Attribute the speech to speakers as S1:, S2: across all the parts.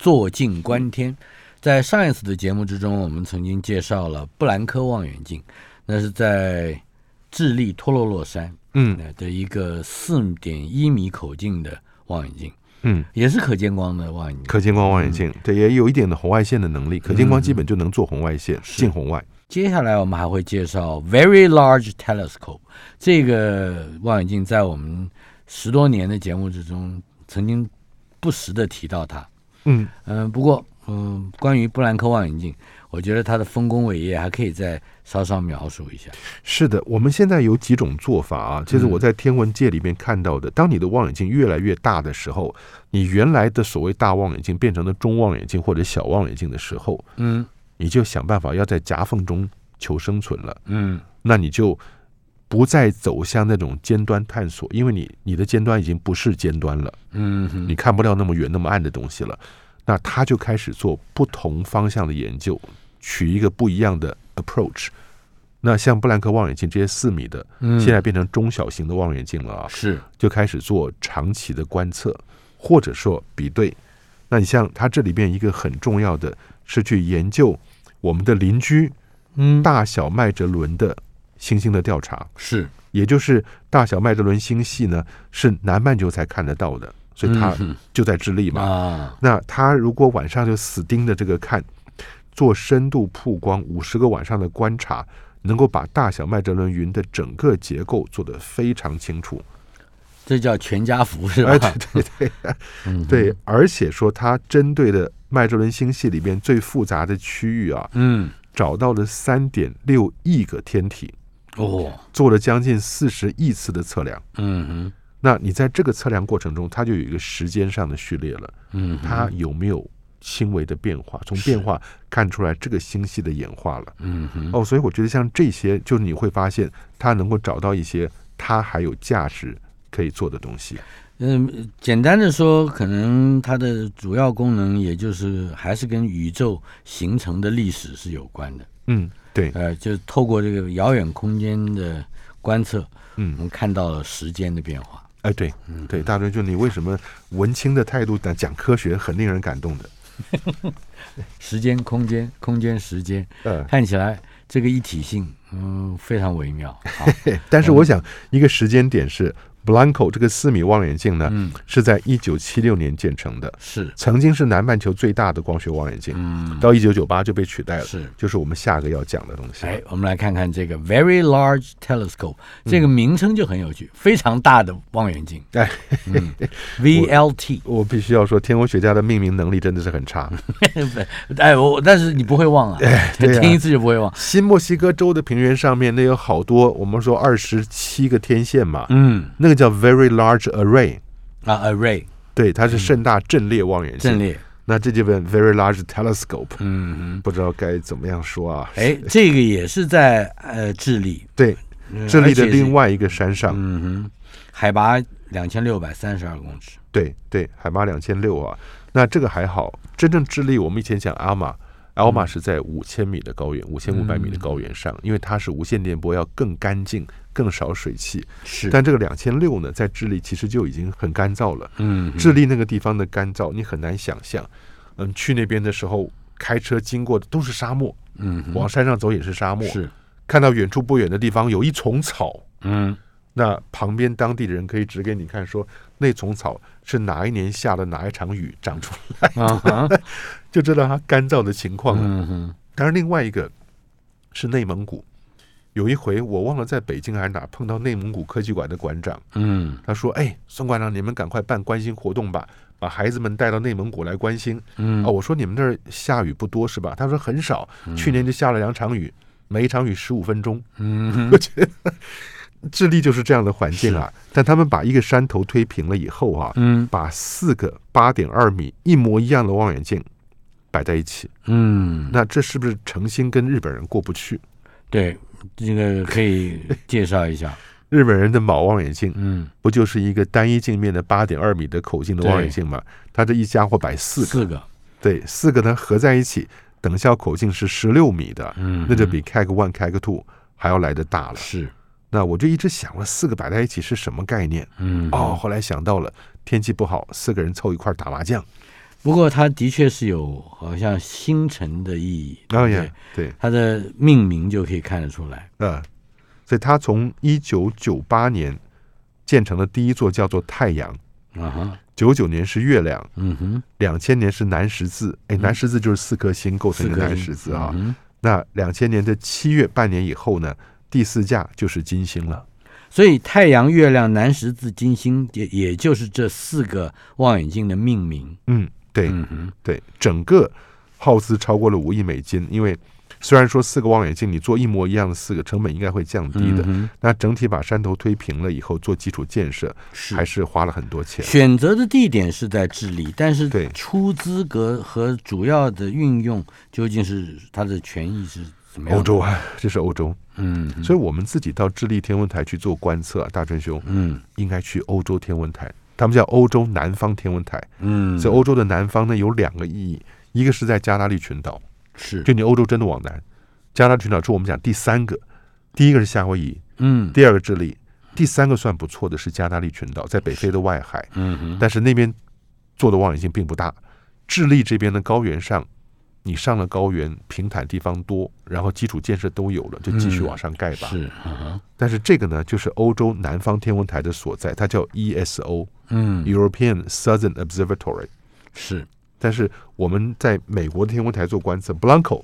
S1: 坐镜观天。在上一次的节目之中，我们曾经介绍了布兰科望远镜，那是在智利托洛洛山
S2: 嗯
S1: 呃的一个四点一米口径的望远镜，
S2: 嗯，
S1: 也是可见光的望远镜。
S2: 可见光望远镜，对，也有一点的红外线的能力，可见光基本就能做红外线，近红外。
S1: 接下来我们还会介绍 Very Large Telescope 这个望远镜，在我们十多年的节目之中，曾经不时的提到它。
S2: 嗯，
S1: 嗯、不过，嗯、关于布兰克望远镜，我觉得它的丰功伟业还可以再稍稍描述一下。
S2: 是的，我们现在有几种做法啊。这是我在天文界里面看到的。当你的望远镜越来越大的时候，你原来的所谓大望远镜变成了中望远镜或者小望远镜的时候，
S1: 嗯
S2: 你就想办法要在夹缝中求生存了。
S1: 嗯
S2: 那你就不再走向那种尖端探索，因为你你的尖端已经不是尖端了，
S1: 嗯哼
S2: 你看不了那么远、那么暗的东西了。那他就开始做不同方向的研究，取一个不一样的 approach。那像布兰克望远镜这些四米的，
S1: 嗯，
S2: 现在变成中小型的望远镜了啊，
S1: 是
S2: 就开始做长期的观测，或者说比对。那你像它这里边一个很重要的是去研究我们的邻居
S1: 嗯
S2: 大小麦哲伦的星星的调查，
S1: 是
S2: 也就是大小麦哲伦星系呢是南半球才看得到的，所以它
S1: 嗯
S2: 就在智利
S1: 哼
S2: 嘛。
S1: 啊
S2: 那他如果晚上就死盯着这个看，做深度曝光五十个晚上的观察，能够把大小麦哲伦云的整个结构做得非常清楚。
S1: 这叫全家福是吧？
S2: 哎，对对对，对，而且说他针对的麦哲伦星系里边最复杂的区域啊，
S1: 嗯
S2: 找到了三点六亿个天体，
S1: 哦
S2: 做了将近四十亿次的测量。
S1: 嗯
S2: 那你在这个测量过程中，它就有一个时间上的序列了。
S1: 哼嗯哼
S2: 它有没有轻微的变化，从变化看出来这个星系的演化了。
S1: 嗯哼
S2: 哦，所以我觉得像这些，就你会发现它能够找到一些它还有价值可以做的东西。
S1: 嗯，简单的说，可能它的主要功能也就是还是跟宇宙形成的历史是有关的。
S2: 嗯，对，
S1: 呃，就透过这个遥远空间的观测，我
S2: 嗯，
S1: 们看到了时间的变化。
S2: 哎，对，
S1: 嗯
S2: 对，大专就你为什么文青的态度讲讲科学，很令人感动的。
S1: 时间、空间、空间、时间，
S2: 呃，
S1: 看起来这个一体性，嗯，非常微妙。啊 好，
S2: 嘿但是我想一个时间点是 Blanco 这个四米望远镜呢，
S1: 嗯，
S2: 是在一九七六年建成的，
S1: 是，
S2: 曾经是南半球最大的光学望远镜，
S1: 嗯，
S2: 到一九九八就被取代了。
S1: 是。
S2: 就是我们下个要讲的东西。
S1: 哎，我们来看看这个 Very Large Telescope，这
S2: 嗯
S1: 个名称就很有趣，非常大的望远镜。
S2: 哎
S1: 嗯 ，VLT，
S2: 我必须要说，天文学家的命名能力真的是很 差。
S1: 哎，我但是你不会忘啊，
S2: 对 啊
S1: 听一次就不会忘。
S2: 新墨西哥州的平原上面，那有好多，我们说二十七个天线嘛，
S1: 嗯
S2: 那个叫 Very Large Array，
S1: 啊，array
S2: 对，它是盛大阵列望远
S1: 嗯
S2: 镜。
S1: 阵，列，
S2: 那这就问 Very Large Telescope，
S1: 嗯
S2: 不知道该怎么样说啊
S1: 哼，。哎，这个也是在呃智利，
S2: 对，
S1: 嗯
S2: 智利的
S1: 而且是
S2: 另外一个山上，
S1: 嗯哼，海拔两千六百三十二公尺，
S2: 对对，海拔两千六啊。那这个还好，真正智利，我们以前讲阿玛。阿
S1: 嗯
S2: 玛是在五千米的高原，五千五百米的高原上，因为它是无线电波，要更干净、更少水汽，
S1: 是，
S2: 但这个两千六呢，在智利其实就已经很干燥了。
S1: 嗯哼，
S2: 智利那个地方的干燥，你很难想象。嗯，去那边的时候，开车经过的都是沙漠，
S1: 嗯哼
S2: 往山上走也是沙漠。
S1: 是，
S2: 看到远处不远的地方有一丛草，
S1: 嗯
S2: 那旁边当地人可以指给你看说，那丛草是哪一年下的哪一场雨长出来，
S1: 啊哈，
S2: 就知道它干燥的情况了。
S1: 嗯哼，
S2: 当然，另外一个是内蒙古。有一回我忘了在北京还是哪碰到内蒙古科技馆的馆长。
S1: 嗯
S2: 他说：“哎，宋馆长，你们赶快办关心活动吧，把孩子们带到内蒙古来关心。”
S1: 嗯
S2: 哦，我说你们那儿下雨不多是吧？他说很少，去年就下了两场雨，每一场雨十五分钟。
S1: 嗯哼，
S2: 我觉得智利就是这样的环境啊。但他们把一个山头推平了以后啊，
S1: 嗯
S2: 把四个八点二米一模一样的望远镜摆在一起，
S1: 嗯，
S2: 那这是不是诚心跟日本人过不去？
S1: 对，这个可以介绍一下，
S2: 日本人的卯望远镜
S1: 嗯，
S2: 不就是一个单一镜面的八点二米的口径的望远镜吗？它这一家伙摆四个。
S1: 四个，
S2: 对，四个呢合在一起，等效口径是十六米的，
S1: 嗯，
S2: 那就比 CAG One、CAG Two 还要来得大了。
S1: 是，
S2: 那我就一直想了，四个摆在一起是什么概念？
S1: 嗯
S2: 哦，后来想到了，天气不好，四个人凑一块儿打麻将，
S1: 不过它的确是有好像星辰的意义，
S2: 哦
S1: 对
S2: 呀，对，
S1: 它的命名就可以看得出来。
S2: 呃，所以它从一九九八年建成的第一座叫做太阳，
S1: 啊哈，
S2: 九九年是月亮，
S1: 嗯哼，
S2: 两千年是南十字，哎，南十字就是四颗星构
S1: 嗯四
S2: 成的
S1: 个
S2: 南
S1: 星
S2: 十字啊。
S1: 嗯哼
S2: 那两千年的七月半年以后呢，第四架就是金星了。
S1: 所以太阳、月亮、南十字、金星，也也就是这四个望远镜的命名。
S2: 嗯，对
S1: 嗯哼，
S2: 对，整个耗资超过了五亿美金，因为虽然说四个望远镜你做一模一样的四个，成本应该会降低的。
S1: 嗯哼
S2: 那整体把山头推平了以后，做基础建设
S1: 是
S2: 还是花了很多钱。
S1: 选择的地点是在智利，但是
S2: 对
S1: 出资格和主要的运用究竟是它的权益是怎么样？
S2: 欧，洲啊，这是欧洲，
S1: 嗯哼，
S2: 所以我们自己到智利天文台去做观测、啊，大春兄
S1: 嗯
S2: 应该去欧洲天文台，他们叫欧洲南方天文台。
S1: 嗯，
S2: 在欧洲的南方呢，有两个意义，一个是在加拉利群岛，
S1: 是
S2: 就你欧洲真的往南，加拉利群岛是我们讲第三个，第一个是夏威夷，
S1: 嗯
S2: 第二个智利，第三个算不错的是加拉利群岛，在北非的外海，
S1: 嗯哼，
S2: 但是那边做的望远镜并不大。智利这边的高原上，你上了高原，平坦地方多，然后基础建设都有了，就继续
S1: 嗯
S2: 往上盖吧。
S1: 是啊，
S2: 但是这个呢，就是欧洲南方天文台的所在，它叫 ESO
S1: 嗯
S2: European Southern Observatory。
S1: 是
S2: 但是我们在美国的天文台做观测，Blanco，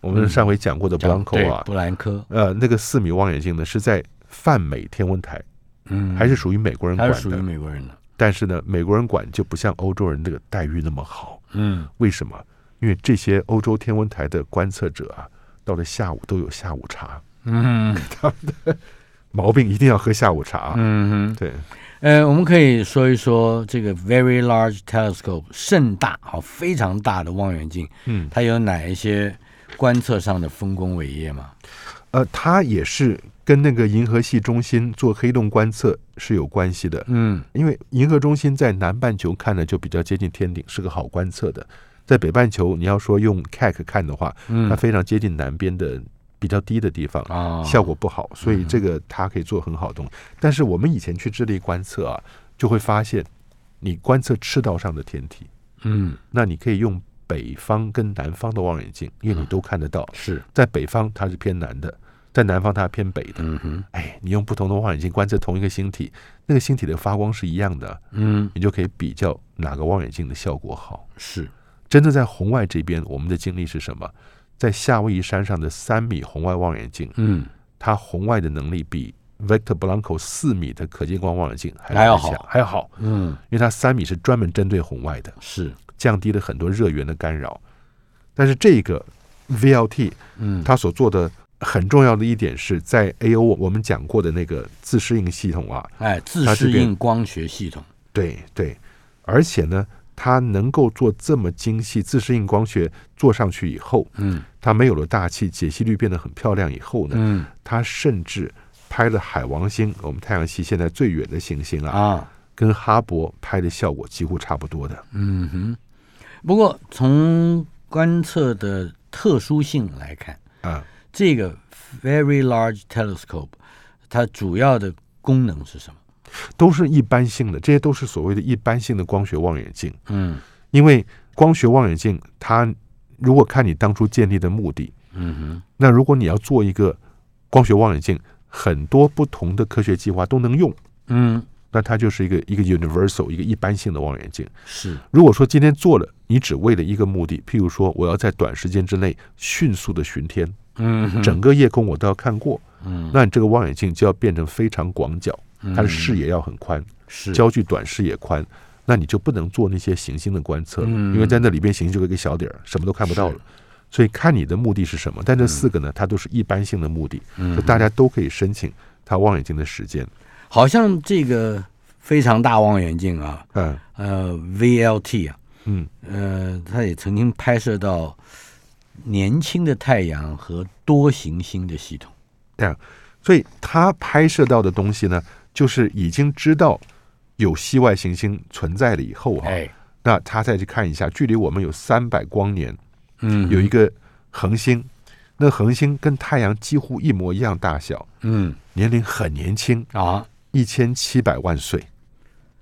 S2: 我们上回讲过的
S1: 嗯讲
S2: Blanco 啊
S1: 对，布兰科，
S2: 呃，那个四米望远镜呢是在泛美天文台，
S1: 嗯，
S2: 还是属于美国人
S1: 还
S2: 管
S1: 是属于
S2: 的。
S1: 美国人的，
S2: 但是呢，美国人管就不像欧洲人这个待遇那么好。
S1: 嗯
S2: 为什么？因为这些欧洲天文台的观测者啊，到了下午都有下午茶，
S1: 嗯
S2: 毛病一定要喝下午茶啊。
S1: 嗯哼。
S2: 对，
S1: 呃，我们可以说一说这个 Very Large Telescope 盛大好非常大的望远镜，
S2: 嗯，
S1: 它有哪一些观测上的丰功伟业吗？
S2: 呃，它也是跟那个银河系中心做黑洞观测是有关系的。
S1: 嗯
S2: 因为银河中心在南半球看呢，就比较接近天顶，是个好观测的。在北半球，你要说用 CAC 看的话，
S1: 嗯
S2: 它非常接近南边的比较低的地方，
S1: 啊，
S2: 效果不好，所以这个它可以做很好的东西。但是我们以前去智利观测啊，就会发现，你观测赤道上的天体，
S1: 嗯
S2: 那你可以用北方跟南方的望远镜，因为你都看得到，
S1: 是
S2: 在北方它是偏南的，在南方它偏北的。
S1: 嗯哼
S2: 哎，你用不同的望远镜观测同一个星体，那个星体的发光是一样的，
S1: 嗯
S2: 你就可以比较哪个望远镜的效果好。
S1: 是
S2: 真的在红外这边，我们的经历是什么？在夏威夷山上的三米红外望远镜，
S1: 嗯
S2: 它红外的能力比 Vector Blanco 四米的可见光望远镜还
S1: 还要
S2: 强
S1: 好
S2: 还要好，
S1: 嗯
S2: 因为它三米是专门针对红外的，
S1: 是
S2: 降低了很多热源的干扰。但是这个 VLT
S1: 嗯
S2: 它所做的很重要的一点是在 AO 我们讲过的那个自适应系统啊，
S1: 哎自
S2: 它这
S1: 适
S2: 边
S1: 应光学系统
S2: 对对，而且呢，它能够做这么精细，自适应光学做上去以后，
S1: 嗯
S2: 它没有了大气，解析率变得很漂亮以后呢，
S1: 嗯
S2: 它甚至拍了海王星，我们太阳系现在最远的行星啊，
S1: 啊
S2: 跟哈勃拍的效果几乎差不多的。
S1: 嗯哼。不过从观测的特殊性来看。
S2: 啊，
S1: 这个 Very Large Telescope 它主要的功能是什么？
S2: 都是一般性的，这些都是所谓的一般性的光学望远镜。
S1: 嗯
S2: 因为光学望远镜，它如果看你当初建立的目的，
S1: 嗯哼，
S2: 那如果你要做一个光学望远镜，很多不同的科学计划都能用，
S1: 嗯
S2: 那它就是一个一个 universal 一个一般性的望远镜。
S1: 是
S2: 如果说今天做了，你只为了一个目的，譬如说我要在短时间之内迅速的巡天，
S1: 嗯哼
S2: 整个夜空我都要看过，
S1: 嗯
S2: 那你这个望远镜就要变成非常广角，它的视
S1: 野
S2: 野要很宽，
S1: 是
S2: 焦距短，视野宽。那你就不能做那些行星的观测了，
S1: 嗯
S2: 因为在那里边行星就一个小点儿，什么都看不到了。所以看你的目的是什么。但这四个呢，它都是一般性的目的，
S1: 嗯
S2: 就大家都可以申请它望远镜的时间。
S1: 好像这个非常大望远镜啊，
S2: 嗯
S1: 呃 VLT 啊，
S2: 嗯，
S1: 呃，它也曾经拍摄到年轻的太阳和多行星的系统。
S2: 所以它拍摄到的东西呢，就是已经知道有系外行星存在了以后啊，
S1: 哎，
S2: 那他再去看一下，距离我们有三百光年，
S1: 嗯，
S2: 有一个恒星，那恒星跟太阳几乎一模一样大小，
S1: 嗯
S2: 年龄很年轻，
S1: 啊，
S2: 一千七百万岁。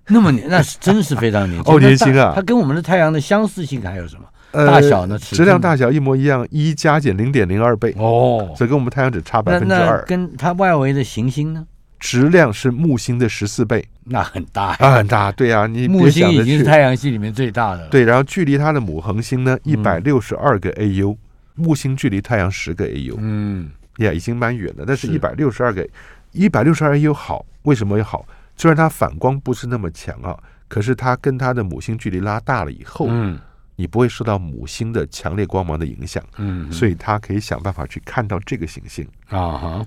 S1: 那 么年那是真是非常年轻
S2: 哦年轻啊
S1: 它大它跟我们的太阳的相似性还有什么？
S2: 呃
S1: 大小呢？尺寸
S2: 质量大小一模一样，一加减零点零二倍，
S1: 哦。
S2: 所以跟我们太阳只差百
S1: 那
S2: 分之
S1: 那
S2: 二。
S1: 跟它外围的行星呢？
S2: 质量是木星的十四倍
S1: 那很大呀，
S2: 啊，很大，对啊，你
S1: 木
S2: 别
S1: 星
S2: 想着
S1: 已经是
S2: 去
S1: 太阳系里面最大的了。，
S2: 对，然后距离它的母恒星呢
S1: 嗯
S2: 一百六十二个 AU，、木星距离太阳十个 AU，
S1: 嗯，
S2: 呀、已经蛮远了，但是
S1: 是
S2: 一百六十二个一百六十二 AU 好，为什么要好？虽然它反光不是那么强啊，可是它跟它的母星距离拉大了以后，
S1: 嗯
S2: 你不会受到母星的强烈光芒的影响，
S1: 嗯，
S2: 所
S1: 以
S2: 以它可以想办法去看到这个行星。
S1: 啊哈，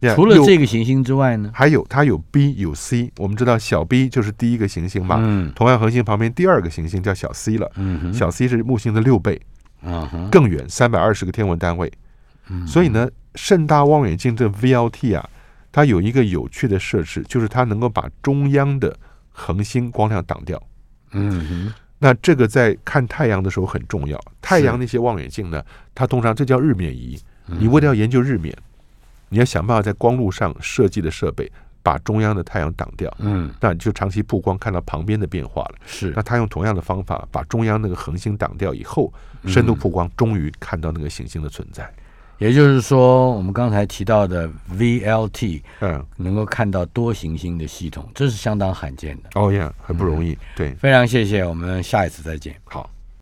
S2: 呀
S1: 除了
S2: 又
S1: 这个行星之外呢？
S2: 还有它有 B 有 C，我们知道小 B 就是第一个行星嘛，
S1: 嗯
S2: 同样恒星旁边第二个行星叫小 C 了，
S1: 嗯哼，
S2: 小 C 是木星的六倍，
S1: 啊哈，
S2: 更远三百二十个天文单位。
S1: 嗯
S2: 所以呢，盛大望远镜这 VLT 啊，它有一个有趣的设置，就是它能够把中央的恒星光亮挡掉。
S1: 嗯
S2: 那这个在看太阳的时候很重要。太阳那些望远镜呢，它通常这叫日冕仪。
S1: 哼，
S2: 你为了要研究日冕，你要想办法在光路上设计的设备把中央的太阳挡掉，
S1: 嗯
S2: 那你就长期曝光看到旁边的变化了。
S1: 是
S2: 那他用同样的方法把中央那个恒星挡掉以后，深度曝光终于看到那个行星的存在。
S1: 也就是说，我们刚才提到的 VLT
S2: 嗯，
S1: 能够看到多行星的系统，这是相当罕见的。
S2: 哦耶，很不容易。对，
S1: 非常谢谢，我们下一次再见。
S2: 好。